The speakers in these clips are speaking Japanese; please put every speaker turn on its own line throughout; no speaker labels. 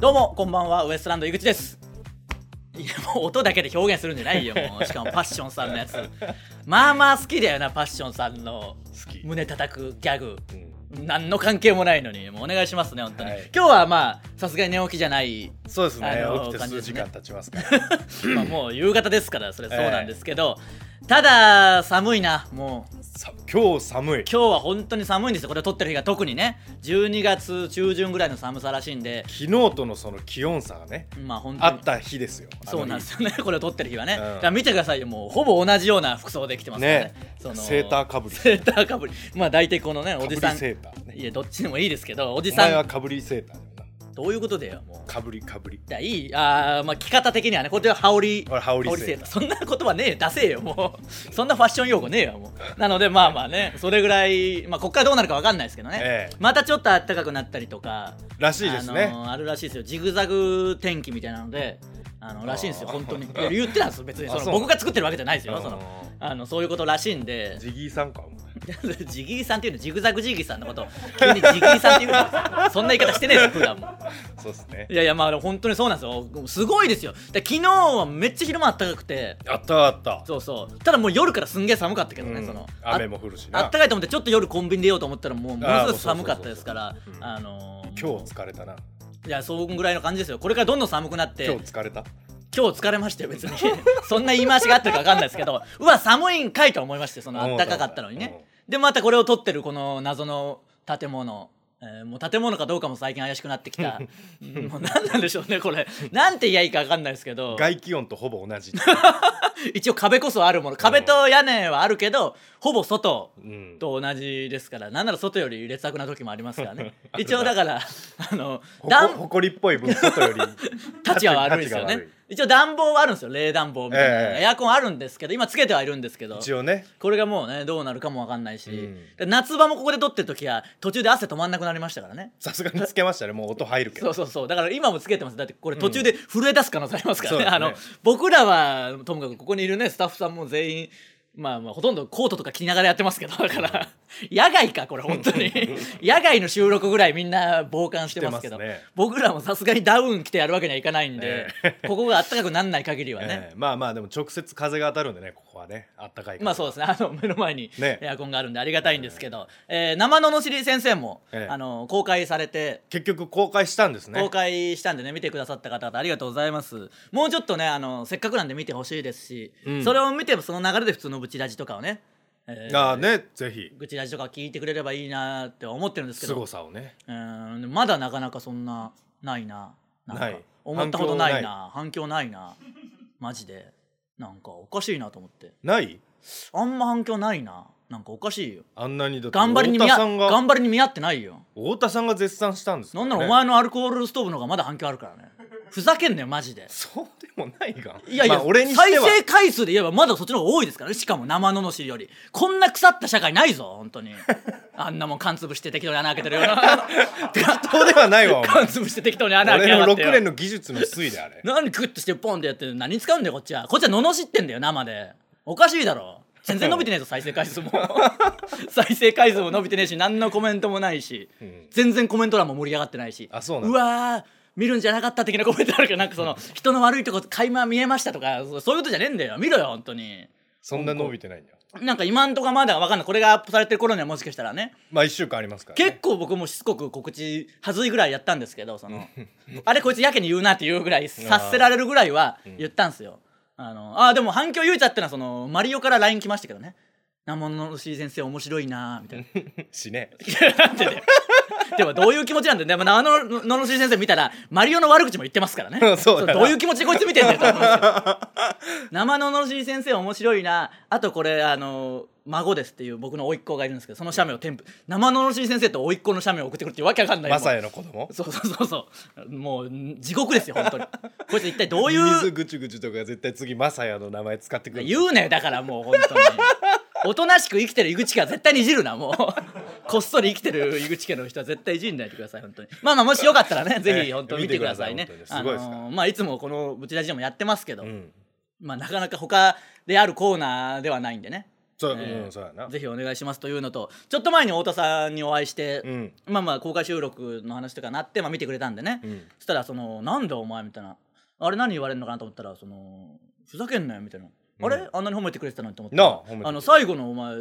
どうもこんばんはウエストランド井口ですいやもう音だけで表現するんじゃないよも うしかもパッションさんのやつまあまあ好きだよなパッションさんの
好き、
胸叩くギャグ
うん
何の関係もないのにもうお願いしますね本当に、
はい
今日はまあさすがに寝起きじゃ ない、
そうですね
あの
起きて
感じ
数
です
時
ね
間経ちますから
まあ、もう夕方ですからそれそうなんですけど、ただ寒いなもう
さ今日寒い
今日は本当に寒いんですよこれ撮ってる日が特にね12月中旬ぐらいの寒さらしいんで
昨日とのその気温差がね
まあ本当
あ
に
った日ですよあの日
そうなんですよねこれを撮ってる日はね、
うん
だから見てくださいよもうほぼ同じような服装で来てますからね
ねセーターかぶり
セーターかぶりまあ大体このねおじさ
かぶり
ん
セーターね
いやどっちでもいいですけどおじ
お
さ
前は
ん
かぶりセーターだよな
どういうことだよもう
かぶりかぶり
いやいいあーまあ着方的にはねこれは羽織
これ羽織セーター
そんな言葉ねえよ出せよもうそんなファッション用語ねえよもうなのでまあまあねそれぐらいまあこっからどうなるかわかんないですけどね、
ええ
またちょっと暖かくなったりとから
しいですね
あのーあるらしいですよジグザグ天気みたいなのであのらしいんですよ
あー
本当にいや言ってたんですよ別にそ
あ
の
そう
僕が作ってるわけじゃないですよその
うん
あのそういうことらしいんで
ジギーさんかお前
ジギーさんっていうのジグザグジギーさんのこと急にジギーさんっていうのそんな言い方してねえよ普段も
そうですね
いやいやまあ本当にそうなんですよすごいですよで昨日はめっちゃ昼間暖かくて
あったあった
そうそうただもう夜からすんげえ寒かったけどね、
うん
そのあ
雨も降るし
あっ
な
たかいと思ってちょっと夜コンビニ出ようと思ったらもうものすごく
あーも
寒
うそうそうそう
かったですから
うん
あのー
今日疲れたない
やそんぐらいの感じですよこれからどんどん寒くなって
今日疲れた
今日疲れましたよ別に そんな言い回しがあったか分かんないですけどうわ寒いんかいと思いましてそのあったかかったのに
うん
ねでまたこれを撮ってるこの謎の建物えーもう建物かどうかも最近怪しくなってき たうんもう何なんでしょうねこれなんて言い合いいか分かんないですけど
外気温とほぼ 同じ、
一応壁こそあるもの壁と屋根はあるけどほぼ外
うん、
と同じですからなんなら外より劣悪な時もありますから ね一応だからあの
ほこ
暖
ほこりっぽい分外 より
立ちは悪いですよ
立ちが
ね
悪
一応暖房はあるんですよ冷暖房みたいな、
ええ
エアコンあるんですけど今つけてはいるんですけど
い一応ね
これがもうねどうなるかもわかんないし、
うん
で夏場もここで撮ってる時は途中で汗止まんなくなりましたからね
さすがにつけましたねもう音入るけ
そ
ど
うそうそうだから今もつけてますだってこれ途中で震え出す可能性ありますからね,、
そうです
あ
ね
の僕らはともかくここにいるねスタッフさんも全員まあまあほとんどコートとか着ながらやってますけどだから野外かこれ本当 に野外の収録ぐらいみんな傍観してますけど
してますね
僕らもさすがにダウン着てやるわけにはいかないんで、
え
ここが暖かくなんない限りはね、
ええまあまあでも直接風が当たるんでねここはねあったかいから
まあそうですねあの目の前に
ね
エアコンがあるんでありがたいんですけど、えー生ののしり先生も、
ええ
あの公開されて
結局公開したんですね
公開したんでね見てくださった方々ありがとうございますもうちょっとねあのせっかくなんで見てほしいですし、
ん
それを見てその流れで普通のブチラジとかをね、えー
ああねぜひ
ブチラジとか聞いてくれればいいなって思ってるんですけど
凄さをね
うーんまだなかなかそんなないななんか
ない
思ったほどないな反響ないなマジでなんかおかしいなと思って
ない
あんま反響ないななんかおかしいよ
あんなにだって
頑張りに見合
太田さんが
頑張りに見合ってないよ
太田さんが絶賛したんです
な
よ
ん
ね
ならお前のアルコールストーブの方がまだ反響あるからねふざけんなよマジで
そうでもないが
いやいや、
まあ俺にして
再
は
生回数で言えばまだそっちの方が多いですからねしかも生ののしりよりこんな腐った社会ないぞ本当 にあんなもん缶潰して適当に穴開けてるような
そうではないわお前
缶潰して適当に穴開け
俺
や
の
がってよ
6年の技術の推であれ
何クッとしてポンってやって何に使うんだよこっちはこっちは罵ってんだよ生でおかしいだろ全然伸びてねえぞ再生回数 も再生回数も伸びてねえし何のコメントもないし、
ん
全然コメント欄も盛り上がってないし
あそうなんだ
わー見るんじゃなかった的なコメントあるけどなんかその人の悪いとこ垣間見えましたとかそそういうことじゃねえんだよ見ろよ本当に
そんな伸びてないんだよ
なんか今んとこはまだ分かんないこれがアップされてる頃にはもしかしたらね
まあ1週間ありますから、ね、
結構僕もしつこく告知はずいぐらいやったんですけどその あれこいつやけに言うなっていうぐらい察せられるぐらいは言ったんすよあのあーでも反響ゆうちゃってのはそのマリオから LINE 来ましたけどね「なものし先生面白いな」みたい な
しね
いやなんでだよでもどういう気持ちなんだよでもなあのののし先生見たらマリオの悪口も言ってますからね
そうだな
どういう気持ちでこいつ見てんだよと思うんです よ生ののし先生面白いなあとこれあの孫ですっていう僕の甥っ子がいるんですけどその写メを添付生ののし先生と甥っ子の写メを送ってくるっていうわけわかんない
マサヤの子供
そうそうそうそうもうん地獄ですよ本当にこいつ一体どうい
水
う
ぐちゅぐちゅとか絶対次マサヤの名前使ってくる
言うねだからもう本当におとなしく生きてる井口家は絶対にいじるなもうこっそり生きてる井口家の人は絶対いじんないでください本当にまあまあもしよかったらねぜひ本当見てくださいね
見てください
あ
本当にすごいですから
のーまあいつもこのブチラジでもやってますけど、
うん
まあなかなか他であるコーナーではないんでね
そう、
えー
うん、そうやな。
ぜひお願いしますというのとちょっと前に太田さんにお会いして、
うん。
まあまあ公開収録の話とかなって、まあ、見てくれたんでね、
うん。
そしたらその「なんだお前」みたいな「あれ何言われるのかな?」と思ったら「そのふざけんなよ」みたいな「
うん
あれあんなに褒めてくれてたのに」と思って
なあ褒めてくれて
あの最後のお前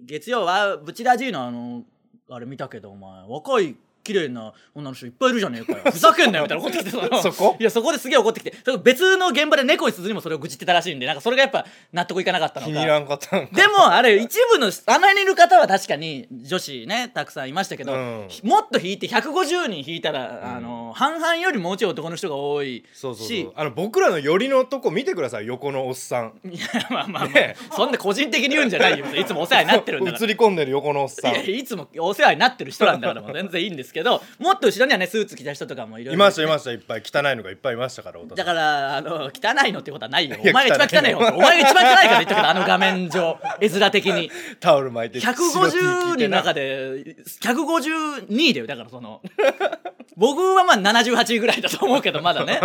月曜はブチラジーのあのあれ見たけどお前若い綺麗な女の人いっぱいいるじゃねえ かよふざけんなよみたいな怒ってきてたの
そこ
いやそこですげえ怒ってきてそれ別の現場で猫に鈴にもそれを愚痴ってたらしいんでなんかそれがやっぱ納得いかなかったの
気
か
に入らんかったんか。
でもあれ一部のあの辺にいる方は確かに女子ねたくさんいましたけど、
うん
ひもっと引いて150人引いたら、あの半々よりもうちょい男の人が多い
そうそう
し
そう。あの、僕らの寄りのとこ見てください、横のおっさん。
いやまあまあまあ、
ね
そんな個人的に言うんじゃ ないよいつもお世話になってるんだから
映り込んでる横のおっさん
いや。いつもお世話になってる人なんだからもう全然いいんですけどもっと後ろにはねスーツ着た人とかもいろい
い
ろ
ました、いました、いっぱい汚いのがいっぱいいましたから、お父
だ
さん
からあの汚いのってことはないよ
や
お前が一番汚いよ
汚いの
お前が一番汚いから言ったけどあの画面上絵面的に。
タオル巻いて。
150人の中
で。
で152位だよだからその 僕はまあ78位ぐらいだと思うけどま だね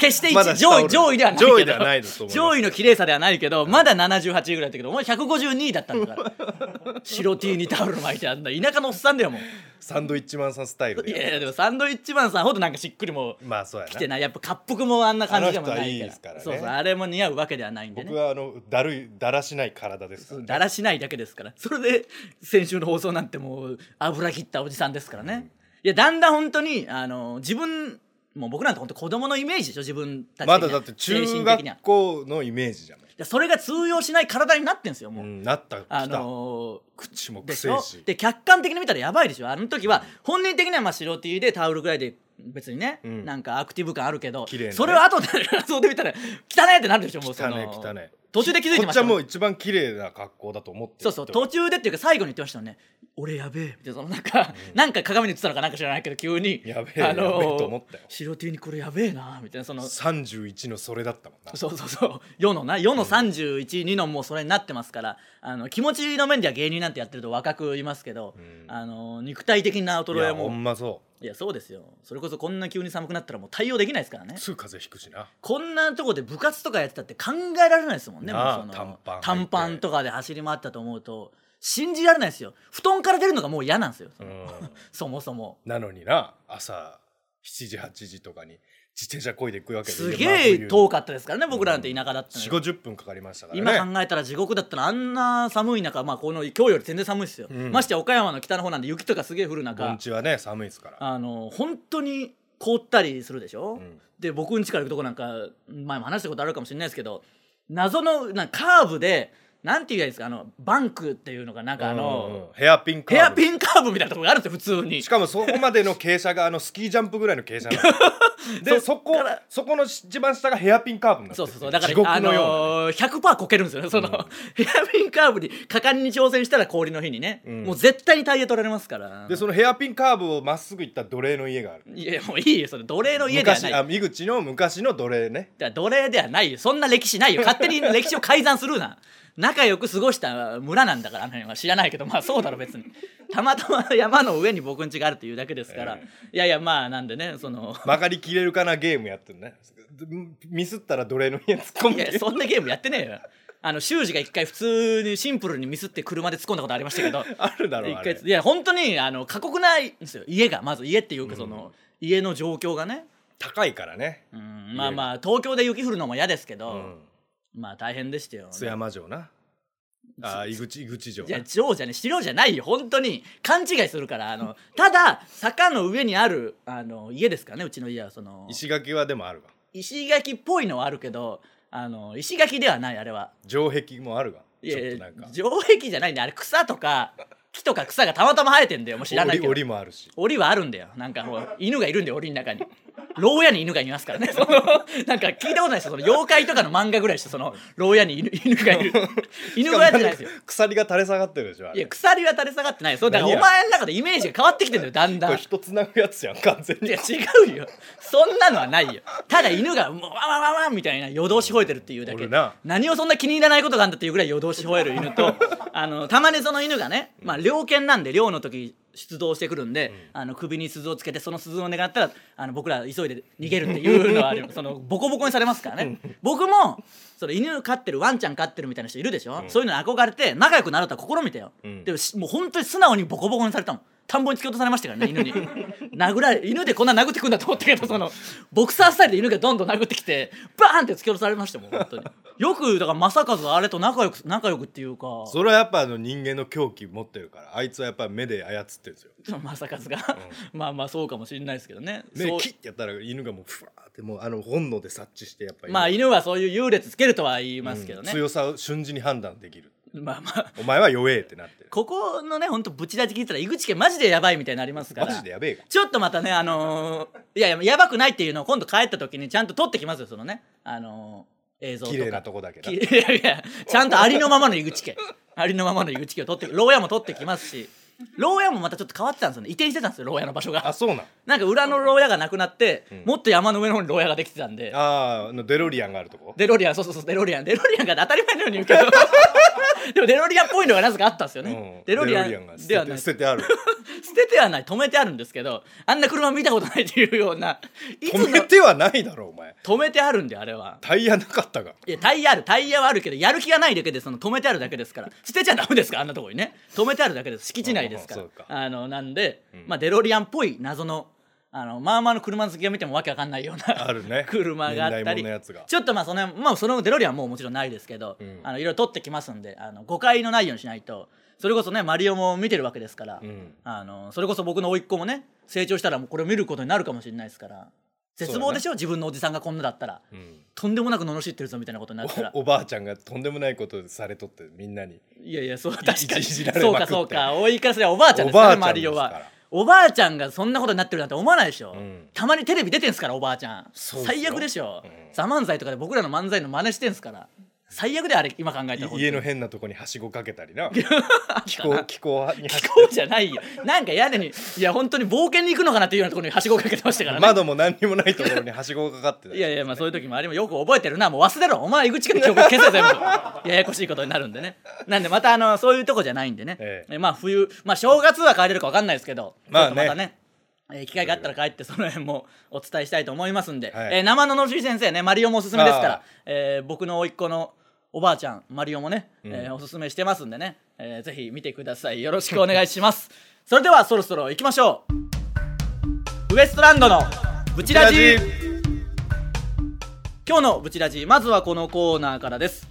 決して一
まだ下
上
お
位
る
上位ではないけど
上位ではないですと思います
上位の綺麗さではないけどまだ78位ぐらいだけどお前152位だったんだから 白 T にタオル巻いてあんな田舎のおっさんだよもう
サンドイッチマンさんスタイル
いやい
で。
やでもサンドイッチマンさんほどなんかしっくりも
まあ、そうや
来て
な。
ないやっぱ滑覆もあんな感じでもないから
あの人はいいですからね
そうそうあれも似合うわけではないんでね
僕は、あの、だるい、だらしない体ですからね。
だらしないだけですからそれで先週の放送なんてもう油切ったおじさんですからね、いやだんだん本当にあの自分もう僕なんて本当子供のイメージでしょ自分たち的に
ま
は
だだって
精
中
神的には
学校のイメージじゃん。
でそれが通用しない体になってんすよも
う
う、
ん、なった、来
あ
た。
のー
口もく
でし
せ
ょ
えし。
で客観的に見たらやばいでしょあの時は本人的にはまあ白 T でタオルぐらいで別にね、
うん
なんかアクティブ感あるけど、
綺麗なね
それを後で そうで見たら汚いってなるでしょもうそ
汚
の
ね、汚ね。
途中で気づいて
こ
ま
っ
し
ち
た
は
もん
もう一番綺麗な格好だと思って
そ
る
うそう途中でっていうか最後に言ってましたよね俺やべえみたいなそのなんか、なんか鏡に映ってたのかなんか知らないけど急に
やべえやべえと思ったよ
白 T にこれやべえなみたいなその
31のそれだったもんな
そうそうそう世のな世の312、2のもうそれになってますからあの気持ちの面では芸人なんてやってると若くいますけど、
ん
あの肉体的な衰
い
え
や
も
ほんまそ
いやそうですよそれこそこんな急に寒くなったらもう対応できないですからね
うすぐ風邪ひくしな
こんなとこで部活とかやってたって考えられないですもんね
なあ
もうその
短パン履いて
短パンとかで走り回ったと思うと信じられないですよ布団から出るのがもう嫌なんですよ、
うん
そもそも
なのにな朝7時8時とかに自転車こいでいくわけです
げえ遠かったですからね僕らなんて田舎だったのに
4 5 0分かかりましたからね
今考えたら地獄だったらあんな寒い中まあこの今日より全然寒いですよ、
うん
ましてや岡山の北の方なんで雪とかすげえ降る中
盆地はね寒いですから
あの本当に凍ったりするでしょ、
ん
で僕ん家から行くとこなんか前も話したことあるかもしれないですけど謎のなんかカーブでなんて言うんですかあのバンクっていうのがなんかあ
うんうん
の、
うんヘアピンカーブ
ヘアピンカーブみたいなところがあるんですよ普通に
し。かもそこまでの傾斜があのスキージャンプぐらいの傾斜なの でそこ
から
そこの一番下がヘアピンカーブになって
そう
る
そうそうだか
地
ら、
獄
あ
のようなね
のー、100%こけるんですよねその、ヘアピンカーブに果敢に挑戦したら氷の日にね、
うん
もう絶対にタイヤ取られますから
でそのヘアピンカーブをまっすぐ行った奴隷の家がある
いやもういいよそれ奴隷の家ではな
昔
い
あ井口の昔の奴隷ね
だから奴隷ではないよそんな歴史ないよ勝手に歴史を改ざんするな仲良く過ごした村なんだからあの辺は知らないけどまあそうだろ別にたまたま山の上に僕ん家があるっていうだけですから、いやいやまあなんでねその
曲がりきれるかなゲームやってるねミスったら奴隷の家に突っ込む
いやそんなゲームやってねえよあの修二が一回普通にシンプルにミスって車で突っ込んだことありましたけど
あるだろう
一
あ
回
れ
いや本当にあの過酷なんですよ家がまず家っていうかその、家の状況がね
高いからね、
うんまあまあ東京で雪降るのも嫌ですけ
う
ど、
ん、
まあ大変でしたよ
津山城なあ井口井口城
いや、女王じゃね、白じゃないよ、本当に。勘違いするから、あの、ただ、坂の上にある、あの、家ですからね、うちの家は、その、
石垣はでもあるわ
石垣っぽいのはあるけど、あの、石垣ではない、あれは。
城壁もあるわ
い
ち
や
ょっ
い
とな
や
んか、
城壁じゃないんだよあれ、草とか、木とか草がたまたま生えてんだよ、もう知らないけ
檻
ど。
檻もあるし
檻はあるんだよなんかほら犬がいるんだよ檻の中に牢屋に犬がいますからねそのなんか聞いたことないですよその妖怪とかの漫画ぐらいしてその牢屋に犬 犬がいる犬小屋じゃないですよ
鎖が垂れ下がってるでしょあ
いや
れ
鎖は垂れ下がってないそうだから
何
お
や
前の中でイメージが変わってきてんだよだんだ
こ
ん
れ
い
人つなぐやつやん完全に
や違うよそんなのはないよただ犬がもうワンワンワンワンみたいな夜通し吠えてるっていうだ
お
け
るな
何をそんな気に入らない ことがあんだっていうぐらい夜通し吠える犬とあのたまにその犬がね、まあ、猟犬なんで猟の時出動してくるんで、
ん
あの首に鈴をつけてその鈴を願ったらあの僕ら急いで逃げるっていうのはあ るそのボコボコにされますからね僕もその犬飼ってるワンちゃん飼ってるみたいな人いるでしょ、
ん
そういうのに憧れて仲良くなろうとは試みたよ、
ん
でもしもう本当に素直にボコボコにされたもん田んぼに突き落とされましたからね犬に殴られ犬でこんな殴ってくんだと思ったけどそのボクサースタイルで犬がどんどん殴ってきてバーンって突き落とされましたもん本当によくだから正和があれと仲良く仲良くっていうか
それはやっぱあの人間の狂気持ってるからあいつはやっぱ目で操ってるんですよ
正和が、まあまあそうかもしれないですけどねそ
目
う
キッてやったら犬がもうふわーってもうあの本能で察知してやっぱり
まあ犬はそういう優劣つけるとは言いますけどね、
強さを瞬時に判断できる
まあまあ
お前は弱えってなってる
ここのねほんとぶちだち聞いたら井口家マジでやばいみたいになりますか
マ
ら
ジでやべえか
ちょっとまたねあのーいやいややばくないっていうのを今度帰った時にちゃんと撮ってきますよそのねあのー映像とか
綺麗なとこだけ
き
ど
いやいやちゃんとありのままの井口家ありのままの井口家を取って牢屋も取ってきますし牢屋もまたちょっと変わってたんですよね移転してたんですよ牢屋の場所
あ
が
そうなん
なんか裏の牢屋がなくなって、もっと山の上の方に牢屋ができてたんで
あーあのデロリアンがあるとこ
デロリアンそうそうそうデロリアンデロリアンが当たり前のように言う けどでもデロリアンっぽいのがなぜかあったんですよね、
うん
デロリアン
が捨
では
て
ない
て
捨
捨ててある
ててはない止めてあるんですけどあんな車見たことないっていうよう ないつの
止めてはないだろお前
止めてあるんであれは
タイヤなかったが
いやタイヤあるタイヤはあるけどやる気がないだけでその止めてあるだけ ですから捨てちゃダメですからあんなとこにね止めてあるだけです敷地内ですから
うんそうか
あのなんで、まあ、デロリアンっぽい謎のあのまあまあの車好きが見てもわけわかんないような
あるね
車があった
年代
り
物のやつが
ちょっとまあその、まあ、そのデロリアンはもうもちろんないですけど、
ん
あのいろいろ取ってきますんであの誤解のないようにしないとそれこそねマリオも見てるわけですから、
うん
あのそれこそ僕の甥っ子もね成長したらもうこれを見ることになるかもしれないですから絶望でしょ、自分のおじさんがこんなだったら、
うん
とんでもなく罵ってるぞみたいなことになったら
おおばあちゃんがとんでもないことされとってみんなに
いやいやそう確かに
いじられ
そう
まく
か
って
そうか甥からすればおばあちゃんです
お
から
ばあちゃん
マリオ
です
は
から
おばあちゃんがそんなことになってるなんて思わないでしょ、
ん
たまにテレビ出てんすからおばあちゃん
そうですよ
最悪でしょ、
うん
ザ漫才とかで僕らの漫才の真似してんすから最悪であれ今考えたら
い家の変なとこにはしごかけたりな 気
な
候気候 にはし
聞こうじゃないよなんか屋根にいや本当に冒険に行くのかなっていうようなところにはしごかけてましたからね
窓も何にもないところにはしごがかかってたり
いやいやまあそういう時もありもよく覚えてるなもう忘れろお前井口君の記憶消せ全部 ややこしいことになるんでねなんでまたあのそういうとこじゃないんでね、
え
まあ冬まあ正月は帰れるか分かんないですけど
まあ
ちょ
ね
っとまたねえー機会があったら帰ってその辺もお伝えしたいと思いますんで、
はい
えー生ののし先生ねマリオもおすすめですか
あ
ら
あ、
えー僕の甥っ子のおばあちゃんマリオもね、えーおすすめしてますんでね、えーぜひ見てくださいよろしくお願いしますそれではそろそろ行きましょうウエストランドのブチラジ今日のブチラジまずはこのコーナーからです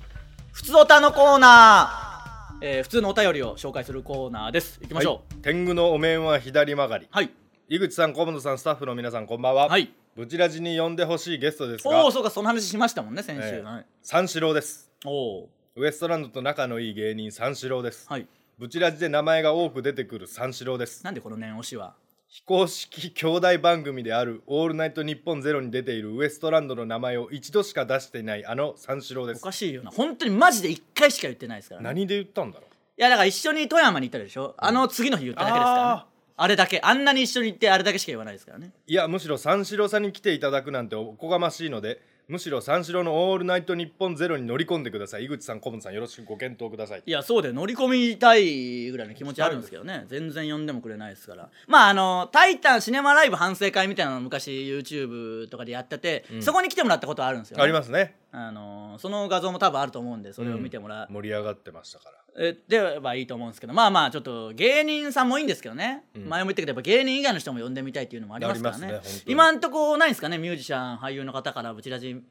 普通おたのコーナー、えー普通のお便りを紹介するコーナーですいきましょ
はい天狗のお面は左曲がり
うはい、
井口さん河本さんスタッフの皆さんこんばんは、
はい
ブチラジに呼んでほしいゲストですが
おおそうかその話しましたもんね先週、
ええ
はい、
三四郎です
おお
ウエストランドと仲のいい芸人三四郎です、
はい
ブチラジで名前が多く出てくる三四郎です
なんでこの念押しは
非公式兄弟番組である「オールナイトニッポンゼロに出ているウエストランドの名前を一度しか出していないあの三四郎で
お
す
かしいよな本当にマジで1回しか言ってないですからね
何で言ったんだろう
いやだから一緒に富山に行ったでしょあの次の日言っただけですから、ね
あ
あれだけあんなに一緒に行ってあれだけしか言わないですからね
いやむしろ三四郎さんに来ていただくなんておこがましいのでむしろ三四郎の「オールナイトニッポンゼロに乗り込んでください井口さん小本さんよろしくご検討ください
いやそうで乗り込みたいぐらいの気持ちあるんですけどね全然呼んでもくれないですからまああの「タイタンシネマライブ反省会」みたいなのを昔 YouTube とかでやってて、そこに来てもらったことあるんですよ、
ありますね
あのその画像も多分あると思うんでそれを見てもらう、
盛り上がってましたから
えではいいと思うんですけどまあまあちょっと芸人さんもいいんですけどね、前も言ったけどやっぱ芸人以外の人も呼んでみたいっていうのもありますからね
ありますね本当に
今んとこないんですかねミュージシャン俳優の方からブチラジ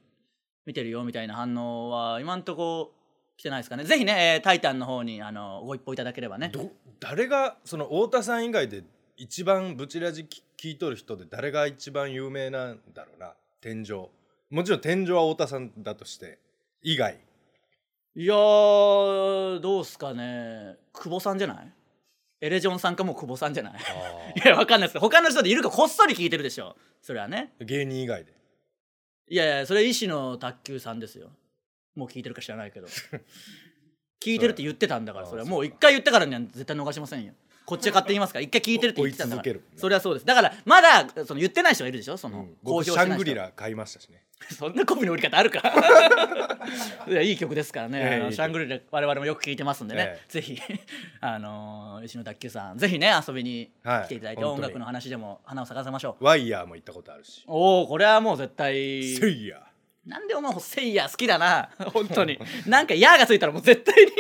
見てるよみたいな反応は今んとこ来てないですかねぜひね、えータイタン」の方にあのご一報いただければね
ど誰がその太田さん以外で一番ブチラジき聞いとる人で誰が一番有名なんだろうな天井もちろん天井は太田さんだとして以外
いやーどうっすかね久保さんじゃないエレジョンさんかもう久保さんじゃないいやわかんないですけど他の人でいるかこっそり聞いてるでしょそれはね
芸人以外で
いやいやそれ石野卓球さんですよもう聞いてるか知 らないけど聞いてるって言ってたんだからそれはもう一回言ったからには絶対逃しませんよこっちで買ってきますから一回聞いてるって言ってたんだから
追い続ける
それはそうですだからまだその言ってない人がいるでしょその、
うん
公
僕
表
シ
して
ャ
な
ン
い
グリ
人
ラ買いましたしね
そんなコピの売り方あるか いやいい曲ですからね、
ええ
あの
いい曲
シャングリラ我々もよく聞いてますんでね、
え
ぜひ あのー石野卓球さんぜひね遊びに来ていただいて、
はい
音楽の話でも花を咲かせましょう
ワイヤーも行ったことあるし
おおこれはもう絶対
セイヤー
なんでお前ホッセイヤー好きだ な本当になんか「や」がついたらもう絶対に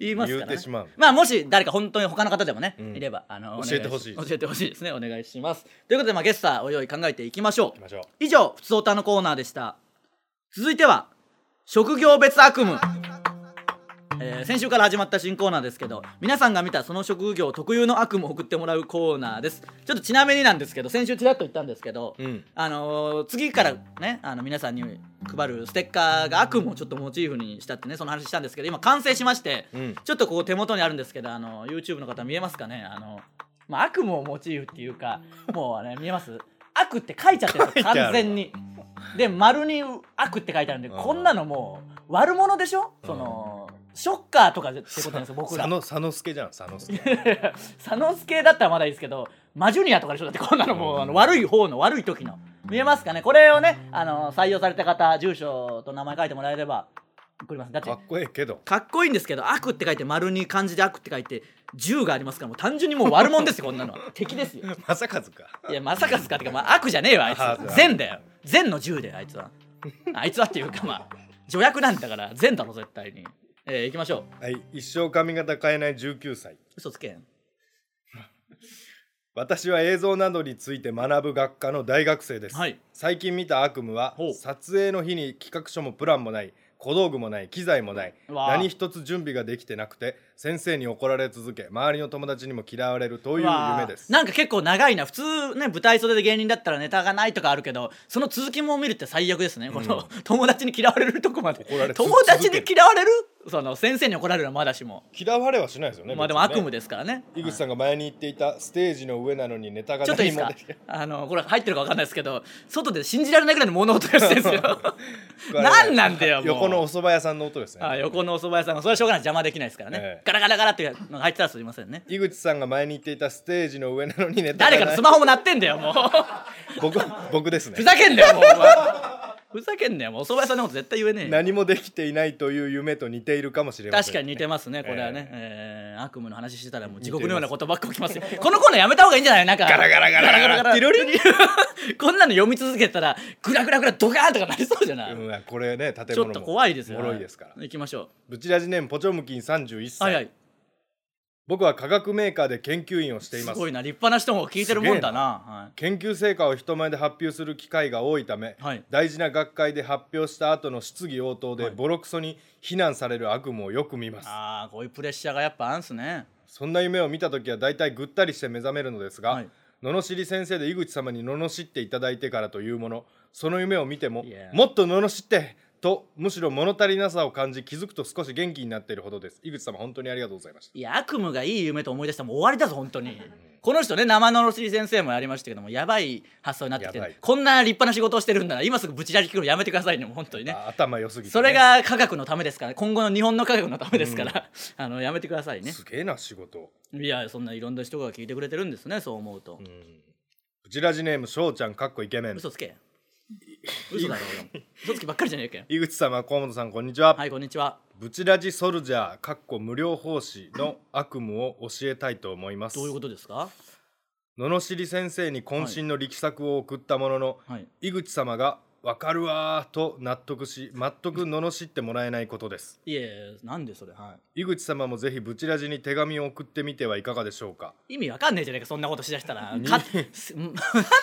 言いますから、ね
言うてしまう
あもし誰か本当に他の方でもね、
ん
いればあの
教えてほしい
お願教えてほしいですねお願いしますということで、まあ、ゲスターお用意考えていきましょ
行き
う
ましょう
以上「ふつおた」のコーナーでした続いては「職業別悪夢」えー先週から始まった新コーナーですけど皆さんが見たその職業特有の悪夢を送ってもらうコーナーですちょっとちなみになんですけど先週ちらっと言ったんですけど、
うん
あのー次からねあの皆さんに配るステッカーが悪夢をちょっとモチーフにしたってねその話したんですけど今完成しまして、
うん
ちょっとこう手元にあるんですけどあの YouTube の方見えますかねあの、まあ、悪夢をモチーフっていうかもうあれ見えます悪って書いちゃってるんです
書
よ
いてあ
完
る
全にで丸に悪って書いてあるんで
うん
こんなのもう悪者でしょそのショッカーとかってことなんですよ僕ら
佐野佐之助じゃん佐之助
佐野助だったらまだいいですけどマジュニアとかでしょだってこんなのもうあの悪い方の悪い時の見えますかねこれをねあの採用された方住所と名前書いてもらえれば送りますだって
かっこええけど
かっこいいんですけど悪って書いて丸に漢字で悪って書いて銃がありますからもう単純にもう悪者ですよこんなのは 敵ですよ
まさかずか
いやまさかすかってか、まあ、悪じゃねえわあいつ
あそうだ
善だよ善の銃であいつはあいつはっていうかまあ助役なんだから善だろ絶対にえー、行きましょう
はい一生髪型変えない19歳
嘘つけん
私は映像などについて学ぶ学科の大学生です、
はい
最近見た悪夢は
ほう
撮影の日に企画書もプランもない小道具もない機材もないう
わ
何一つ準備ができてなくて先生に怒られ続け周りの友達にも嫌われるという夢です
なんか結構長いな普通ね舞台袖で芸人だったらネタがないとかあるけどその続きも見るって最悪ですね、この 友達に嫌われるとこまで
怒られ
友達
続
に
ける
嫌われるその先生に怒られるのはまだしも、
嫌われはしないですよね
まあでも悪夢ですからね
井口さんが前に言っていたステージの上なのにネタが
ちょっといい
何
です
も
か
できない
あのこれ入ってるか分かんないですけど外で信じられないぐらいの物音がしてるんです よ 何なんだよもう
横のお蕎麦屋さんの音ですね
あ横のお蕎麦屋さんがそれはしょうがない邪魔できないですからね、
ええ
ガラガラガラっていうのが入ってたらすいませんね
井口さんが前に言っていたステージの上なのにネタが
誰
ない
かのスマホも鳴ってんだよもう
僕僕ですね
ふざけんなよもうお前ふざけんなよもうお蕎麦屋さんのこと絶対言えねえよ
何もできていないという夢と似ているかもしれませ
確
ん
かに似てますねこれはね、えー悪夢の話してたらもう地獄のような
似
ことばっか起きますよ このコーナーやめた方がいいんじゃないなんか
ガラガラガラガラ
ティロリこんなの読み続けたらグラグラグラドカーンとかなりそうじゃない、
うん、これね建
ち
物
ょっ
も
と怖いですよ
もろいですから、
行きましょ
ブチラジネームポチョムキン31
う
歳、
はいはい
僕は化学メーカーで研究員をしてい
す
ます
ごいな立派な人も聞いてるもんだなはい
研究成果を人前で発表する機会が多いため、
はい
大事な学会で発表した後の質疑応答で
い
ボロクソに非難される悪夢をよく見ます、
ああこういうプレッシャーがやっぱあんすね
そんな夢を見た時は大体ぐったりして目覚めるのですが、
はい
罵り先生で井口様に罵っていただいてからというものその夢を見ても、
いや
もっと罵ってとむしろ物足りなさを感じ気づくと少し元気になっているほどです井口様本当にありがとうございました
いや悪夢がいい夢と思い出したらもう終わりだぞ本当にこの人ね生のろしり先生もやりましたけどもやばい発想になってきて
やば
る
い
こんな立派な仕事をしてるんなら今すぐブチラジ聞くのやめてくださいねもう本当にね
あ頭良すぎて、ね、
それが科学のためですから今後の日本の科学のためですから、あのやめてくださいね
すげえな仕事
いやそんないろんな人が聞いてくれてるんですねそう思うと、
ブチラジネーム翔ちゃんかっこイケメン
嘘つけ嘘だろ俺も嘘つきばっかりじゃねえかよ
井口様河本さんこんにちは、
はいこんにちは
ブチラジソルジャーかっこ無料奉仕の悪夢を教えたいと思います
どういうことですか
罵り先生に渾身の力作を送ったものの、
はい
井口様が「わかるわ」と納得し全く罵ってもらえないことです
いえなんでそれは
井口様もぜひブチラジに手紙を送ってみてはいかがでしょうか
い意味わかんねえじゃねえかそんなことしだしたらかすんなん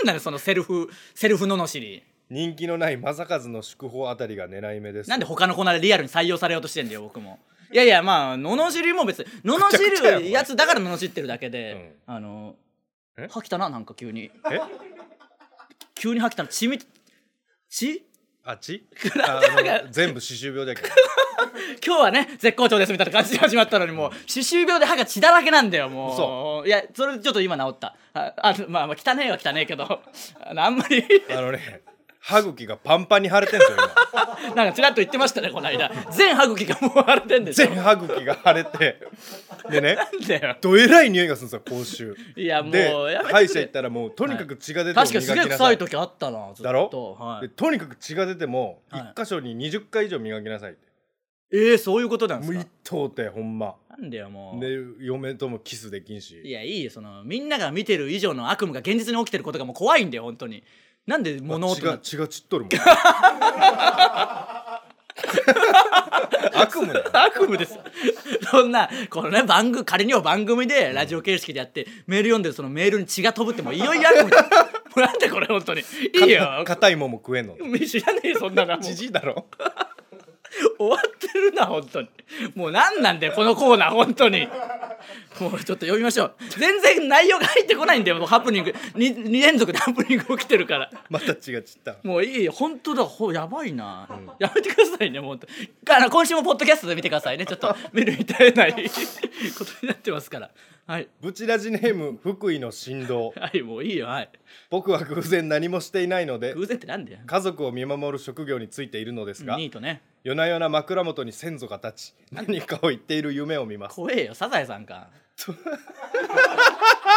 なのそのセルフセルフののしり
人気のない正和の祝砲あたりが狙い目です
なんで他のコーナーでリアルに採用されようとしてんだよ僕もいやいやまあ罵りも別に罵るやつだから罵ってるだけで、あの
え
吐きたななんか急に
え
急に吐きたの血み血
あちあの全部歯周病だけど
今日はね絶好調ですみたいな感じで始まったのにもう歯周病で歯が血だらけなんだよもういやそ れでちょっと今治ったああまあまあ汚えは汚えけどあのあんまり
あのね歯茎がパンパンに腫れてんす よ今
なんかちらっと言ってましたねこの間全歯茎がもう腫れてんですよ
全歯茎が腫れてでね
なんだよ
どえらい匂いがするんですよ口臭
いやもう
で
やめてく
歯
れ
医者行ったらもうとにかく血が出て も
確か
磨
に
き
すげえ
なさ
臭
い
い時あったなずっと
だろ
はい
で、とにかく血が出ても
はい
一箇所に20回以上磨きなさいって、
えー、そういうことなんで
も
す
う
か
一頭ってほんま
なんだよもう、
で嫁ともキスできん
い
し
やいいよそのみんなが見てる以上の悪夢が現実に起きてることがもう怖いんだよ本当になんで物
血
音
が
が
血が散っ とるもん悪夢だよ
悪夢ですそんなこのね番組仮にも番組でラジオ形式でやって、メール読んでるそのメールに血が飛ぶってもういよいよ悪夢だ もうなんでこれ本当にいいよ
硬いもんも食えんの
知らねえよそんなのもう
じ
終
じいだろ
わってるな本当にもう何なんだよこのコーナー本当にもうちょっと読みましょう全然内容が入ってこないんだよもうハプニング 2, 連続でハプニング起きてるから
また血が散った
もういいよ本当だほやばいな、やめてくださいねもうあの今週もポッドキャストで見てくださいねちょっと目に至えないことになってますからはい
ブチラジネーム福井の振動
はいもういいよはい
僕は偶然何もしていないので
偶然ってなんだよ
家族を見守る職業についているのですが
ニートね
夜な夜な枕元に先祖が立ち何かを言っている夢を見ます
怖えよサザエさんか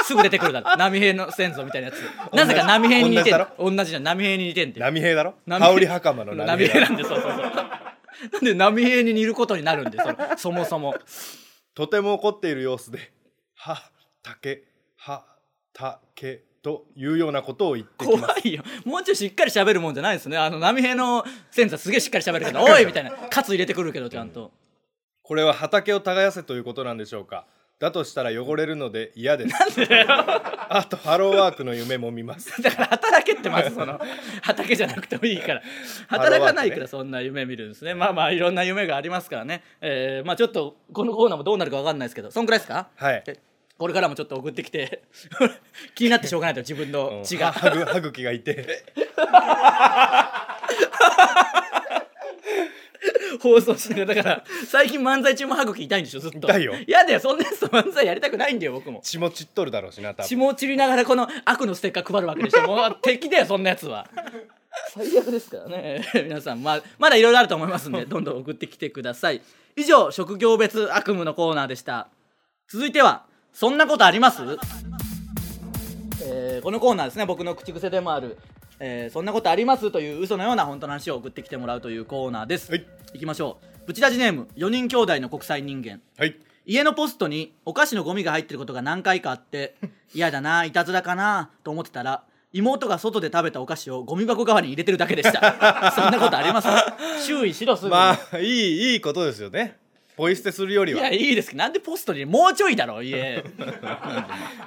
すぐ出てくるだろ波平の先祖みたいなやつなぜか波平に似てる同じじゃん波平に似てんだよ
波平だろ
波
羽織袴の波
波平
平だ
なんでそうそうそうなんで波平に似ることになるんでそのそもそも
とても怒っている様子で「は竹は竹」というようなことを言ってきます
怖いよもうちょいしっかり喋るもんじゃないですねあの波平のセンサーすげえしっかり喋るけど「おい!」みたいなカツ入れてくるけどちゃんと、
これは畑を耕せということなんでしょうかだとしたら汚れるので嫌ですあとハローワークの夢も見ます
だから働けってますその畑じゃなくてもいい から働かないからそんな夢見るんですねまあまあいろんな夢がありますからねえーまあちょっとこのコーナーもどうなるか分かんないですけどそんくらいですか
はい
えこれからもちょっと送ってきて 気になってしょうがないと自分の血が、
歯ぐ歯茎がいて
放送しながらだから最近漫才中も歯茎痛いんでしょずっと
痛いよ
やだよそんなやつと漫才やりたくないんだよ僕も
血も散っとるだろうしな多
血
分
も散りながらこの悪のステッカー配るわけでしょ もう敵だよそんなやつは最悪ですからね皆さんまあまだいろいろあると思いますん でどんどん送ってきてください以上職業別悪夢のコーナーでした続いてはそんなことありますえーこのコーナーですね僕の口癖でもある、えーそんなことありますという嘘のような本当の話を送ってきてもらうというコーナーです、
はい
行きましょうブチラジネーム4人兄弟の国際人間
はい
家のポストにお菓子のゴミが入ってることが何回かあ って嫌だないたずらかなと思ってたら妹が外で食べたお菓子をゴミ箱代わりに入れてるだけでした そんなことあります注意しろすぐに、
まあいいいいことですよねポイ捨てするより
い
は
やいいですけどなんでポストにもうちょいだろ 家、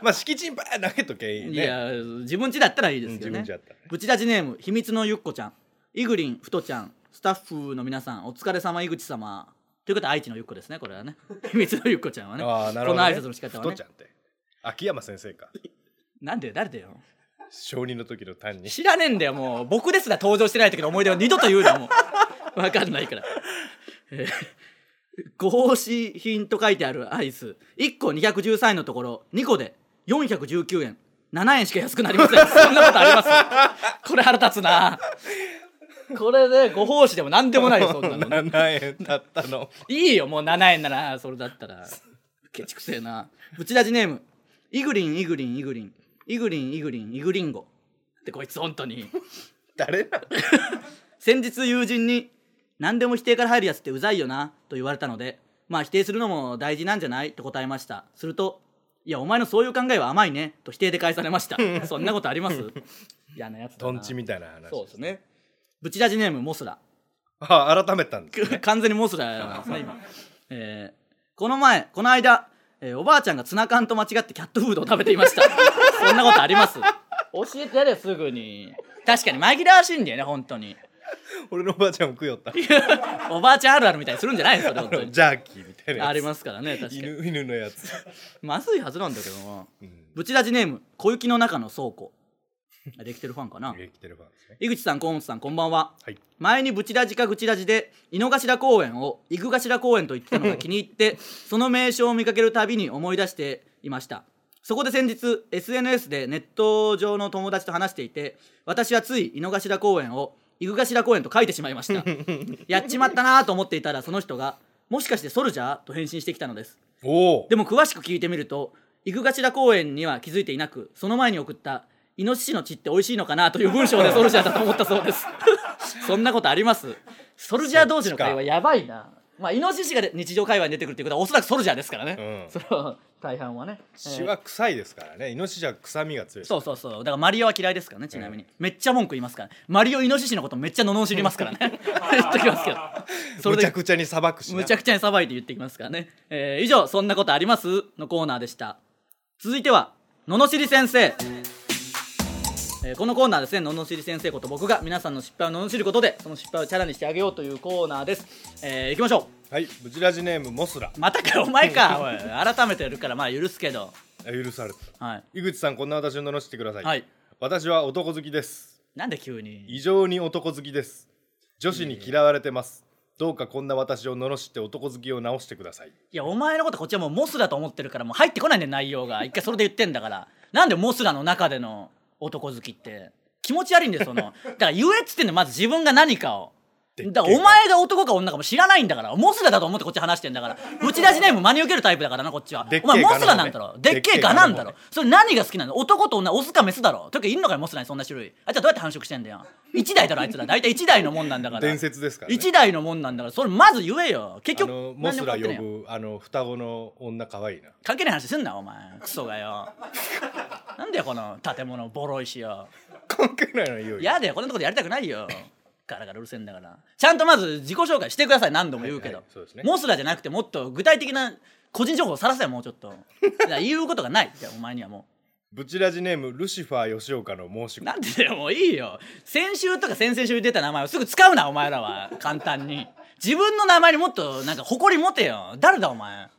まあ敷地にバーン投げとけいい
い
ね
や自分家だったらいいですけど
うん自
ね
分家だったらね
ブチラジネーム秘密のゆっこちゃんイグリンふとちゃんスタッフの皆さんお疲れ様井口様ということは愛知のゆっこですねこれ はね秘密のゆっこちゃんはね
ああなるほど、ね、
この挨拶の仕方は
太
ね
っちゃんって秋山先生か
なんで誰だよ
小児の時の単に
知らねえんだよもう僕ですら登場してない時の思い出を二度と言うなもう分かんないから、えーご奉仕品と書いてあるアイス1個213円のところ2個で419円7円しか安くなりませんそんなことありますこれ腹立つなこれでご奉仕でも何でもないよそんなの
7円だったの
いいよもう7円ならそれだったらケチくせえなブチラジネームイグリンイグリンイグリンイグリンイグリンイグリンゴってこいつ本当に
誰なの
先日友人に「何でも否定から入るやつってうざいよな」と言われたのでまあ否定するのも大事なんじゃないと答えましたすると「いやお前のそういう考えは甘いね」と否定で返されました そんなことあります 嫌なやつだ
ト
な
ンチみたいな話
そうですねブチラジネームモスラ
ああ改めたんで す
完全にモスラなんですね今、えーこの前この間、えーおばあちゃんがツナ缶と間違ってキャットフードを食べていました そんなことあります教えてやれよすぐに確かに紛らわしいんだよね本当に
俺のおばあちゃんも食いよった
おばあちゃんあるあるみたいにするんじゃないですか本 当に
ジャーキーみたいなやつ
ありますからね確かに
犬犬のやつ、
まずいはずなんだけどな
うん、
ブチラジネーム小雪の中の倉庫あできてるファンかな
生きてるファンですね
井口さん河本さんこんばんは
はい
前にブチラジかグチラジで井の頭公園を井頭公園と言ってたのが気に入ってその名称を見かけるたびに思い出していましたそこで先日 SNS でネット上の友達と話していて私はつい井の頭公園を井具頭公園と書いてしまいましたやっちまったなと思っていたらその人がもしかしてソルジャーと返信してきたのです
おお
でも詳しく聞いてみると井具頭公園には気づいていなくその前に送ったイノシシの血って美味しいのかなという文章でソルジャーだと思ったそうです そんなことありますソルジャー同士の会話やばいなまあイノシシがで日常会話に出てくるっていうことはおそらくソルジャーですからね、
うん
その大半はね
血は臭いですからねイノシシは臭みが強い
そうそうそうだからマリオは嫌いですからねちなみに、めっちゃ文句言いますから、ね、マリオイノシシのことめっちゃ罵ります からね言っときますけどそれ
むちゃ
で
くちゃに裁くしな
むちゃくちゃにさばいて言ってきますからね、えー以上「そんなことあります?」のコーナーでした続いては「ののしり先生」えーこのコーナーはですね、ののしり先生こと僕が皆さんの失敗をののしることで、その失敗をチャラにしてあげようというコーナーです。えー、行きましょ
はいブチラジネームモスラ
う。またか、お前か。 おい改めてやるから、まあ許すけど。
あ許された
はい。
井口さんこんな私を罵ってください、
はい。
私は男好きです
なんで急に。
異常に男好きです女子に嫌われてますどうかこんな私を罵って男好きを直してください
いやお前のことこっちはもうモスだと思ってるからもう入ってこないんだよ内容 が一回それで言ってんだからなんでモスラの中での男好きって気持ち悪いんだよそのだから言えっつってんだよまず自分が何かを
でっけえ
だからお前が男か女かも知らないんだからモスラだと思ってこっち話してんだからぶち出しネーム真に受けるタイプだからなこっちは
でっけ
お
え
前モスラなんだろ
ガナのね
でっけえガなんだ
で
ろ
っけ
それ何が好きなの男と女オスかメスだろというかいんのかよモスラにそんな種類あいつはどうやって繁殖してんだよ1台だろあいつら大体1台のもんなんだから
伝説ですから、ね、
1台のもんなんだからそれまず言えよ結
あ
局
のモスラ
何にも変わってねえよ
呼ぶあの双子の女可愛いな
関係ない話すんなお前クソがよなんだよこの建物ボロいしよ
関係ないのよいよいよ
やだよこんなとこでやりたくないよガラガラうるせえんだからちゃんとまず自己紹介してください何度も言うけど、
はいはいそうですね
モスラじゃなくてもっと具体的な個人情報をさらせよもうちょっとだから言うことがないじゃあお前にはも
ブチラジネームルシファー吉岡の申し
う
子
なんでだよもういいよ先週とか先々週出た名前をすぐ使うなお前らは簡単に自分の名前にもっとなんか誇り持てよ誰だお前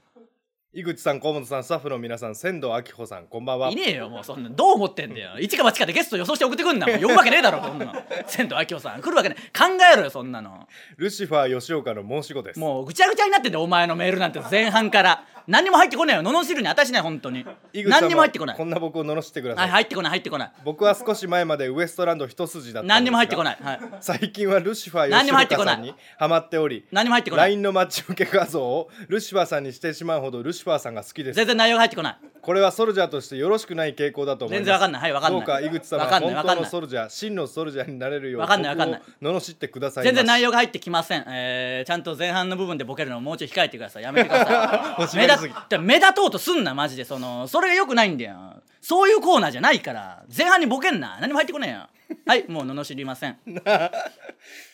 井口さん河本さんスタッフの皆さん仙道明穂さんこんばんはい
ねえよもうそんなどう思ってんだ よ一か八かでゲスト予想して送ってくんなもう呼ぶわけねえだろこんなの千と明夫さん来るわけねえ考えろよそんなの
ルシファー吉岡の申し子です
もうぐちゃぐちゃになってんだよお前のメールなんて前半から何にも入ってこないよ罵るに私ね本当に
井口さんは
何にも入ってこない
こんな僕を罵ってくださ
はい
い、
入ってこない入ってこない
僕は少し前までウエストランド一筋だったんですが
何にも入ってこない、はい、
最近はルシファ
何にも
ー
入って
吉
こ
岡
な
さ
い
んにハマっており
何にも入ってこない
LINE の待ち受け画像をルシファーさんにしてしまうほどルシファーさんが好きです
全然内容が入ってこない
これはソルジャーとしてよろしくない傾向だと思い
全
ます
然わかんないはいわかんない
どうか井口様
わ
は
かんな
本
いわか
当
んな
の
い
ソルジャー真のソルジャーになれるよう
わかんないわかんない
僕を罵ってください
全然内
容
容が入ってきません、えー、ちゃんと前半の部分でボケるのをもうちょい控えてくださいやめてくださ
欲し
い
が
目
り
立
すぎ
だ目立とうとすんなマジでそのそれがよくないんだよそういうコーナーじゃないから前半にボケんな何も入ってこねえよはいもう罵りません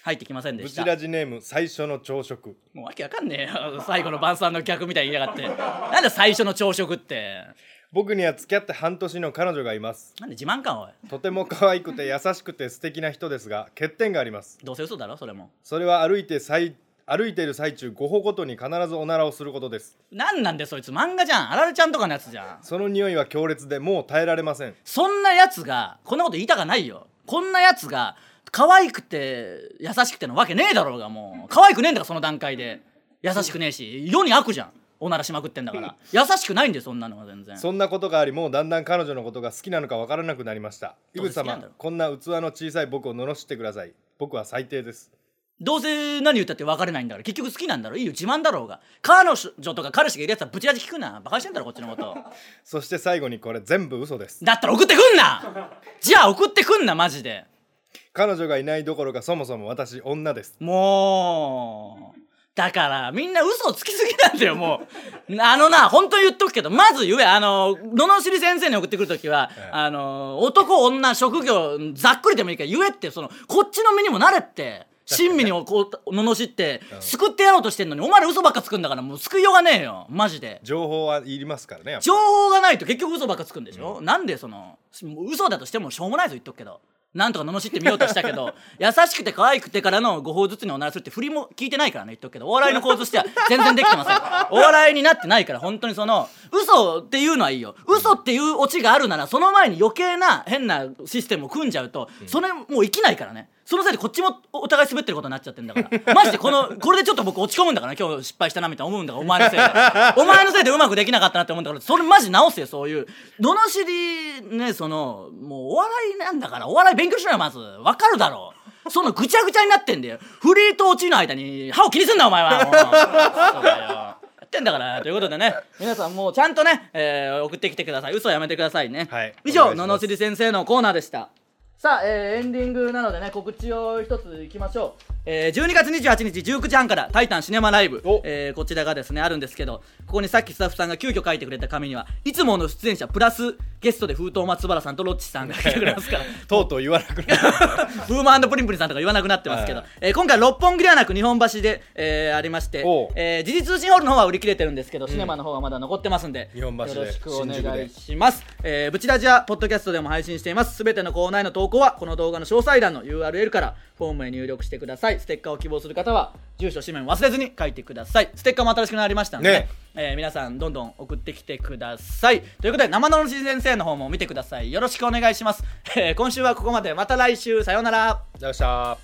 入ってきませんで
ブ
し
チ
た
ラジネーム最初の朝食
もうわけわかんねえよ最後の晩餐の客みたいに言いやがってなんだ最初の朝食って
僕には付き合って半年の彼女がいます
なんで自慢かおい
とても可愛くて優しくて素敵な人ですが欠点があります
どうせ嘘だろそれも
それは歩いて最歩いている最中5歩ごとに必ずおならをすることです
なんなんでそいつ漫画じゃんあられちゃんとかのやつじゃん
その匂いは強烈でもう耐えられません
そんなやつがこんなこと言いたかないよこんなやつが可愛くて優しくてのわけねえだろうがもう可愛くねえんだからその段階で優しくねえし世に悪じゃんおならしまくってんだから優しくないんだよそんなのは全然
そんなことがありもうだんだん彼女のことが好きなのかわからなくなりました井
どう
口
せ好きなんだろ
様
う
こんな器の小さい僕を罵ってください僕は最低です
どうせ何言ったって別れないんだから結局好きなんだろいいよ自慢だろうが彼女とか彼氏がいるやつはぶちラジ聞くなバカしてんだろこっちのこと
そして最後にこれ全部嘘です
だったら送ってくんなじゃあ送ってくんなマジで
彼女がいないどころかそもそも私女です
もうだからみんな嘘をつきすぎなんだよもうあのな本当に言っとくけどまず言えあの罵り先生に送ってくる時は、
ええ
あの男女職業ざっくりでもいいから言えってそのこっちの身にもなれって親身におこう罵って
うん
救ってやろうとしてんのにお前ら嘘ばっかつくんだからもう救いようがねえよマジで
情報はいりますからねやっぱ
情報がないと結局嘘ばっかつくんでしょ、なんでそのし嘘だとしてもしょうもないぞ言っとくけどなんとか罵ってみようとしたけど 優しくて可愛くてからの5報ずつにおならするって振りも聞いてないからね言っとくけどお笑いの構図としては全然できてま せんお笑いになってないから本当にその嘘っていうのはいいよ嘘っていうオチがあるならその前に余計な変なシステムを組んじゃうと、それもう生きないからねそのせいでこっちもおお互い滑ってることになっちゃってんだから マジでこのこれでちょっと僕落ち込むんだから今日失敗したなみたいな思うんだからお前のせ いでお前のせいでうまくできなかったなって思うんだからそれマジ直せよそういう罵りねそのもうお笑いなんだからお笑い勉強しろよまずわかるだろそのぐちゃぐちゃになってんだよフリーと落ちの間に歯を気にすんなお前 はもうそうだよやってんだからということでね皆さんもうちゃんとね、えー送ってきてください嘘はやめてくださいね、
はい
以上
お願いし
の
ま
の
す
しり先生のコーナーでしたさあ、えーエンディングなのでね告知を一ついきましょう、えー12月28日19時半から「タイタンシネマライブ
お」
えーこちらがですねあるんですけどここにさっきスタッフさんが急遽書いてくれた紙にはいつもの出演者プラスゲストで封筒松原さんとロッチさんが来てくれます から
とうとう言わなく なる
ブーマープリンプリンさんとか言わなくなってますけど、
はい
えー今回六本木ではなく日本橋で、えーありまして
おう、
えー時事通信ホールの方は売り切れてるんですけど、シネマの方はまだ残ってますんで
日本橋で
よろしくお
新宿
願い
で
します、えーブチラジはポッドキャストでも配信していますすべてのコーナーへの投稿はこの動画の詳細欄の URL からフォームへ入力してくださいステッカーを希望する方は住所氏名も忘れずに書いてくださいステッカーも新しくなりましたので、
ね
えー皆さんどんどん送ってきてくださいということで生のし先生の方も見てくださいよろしくお願いします、えー今週はここまでまた来週さようなら
どうした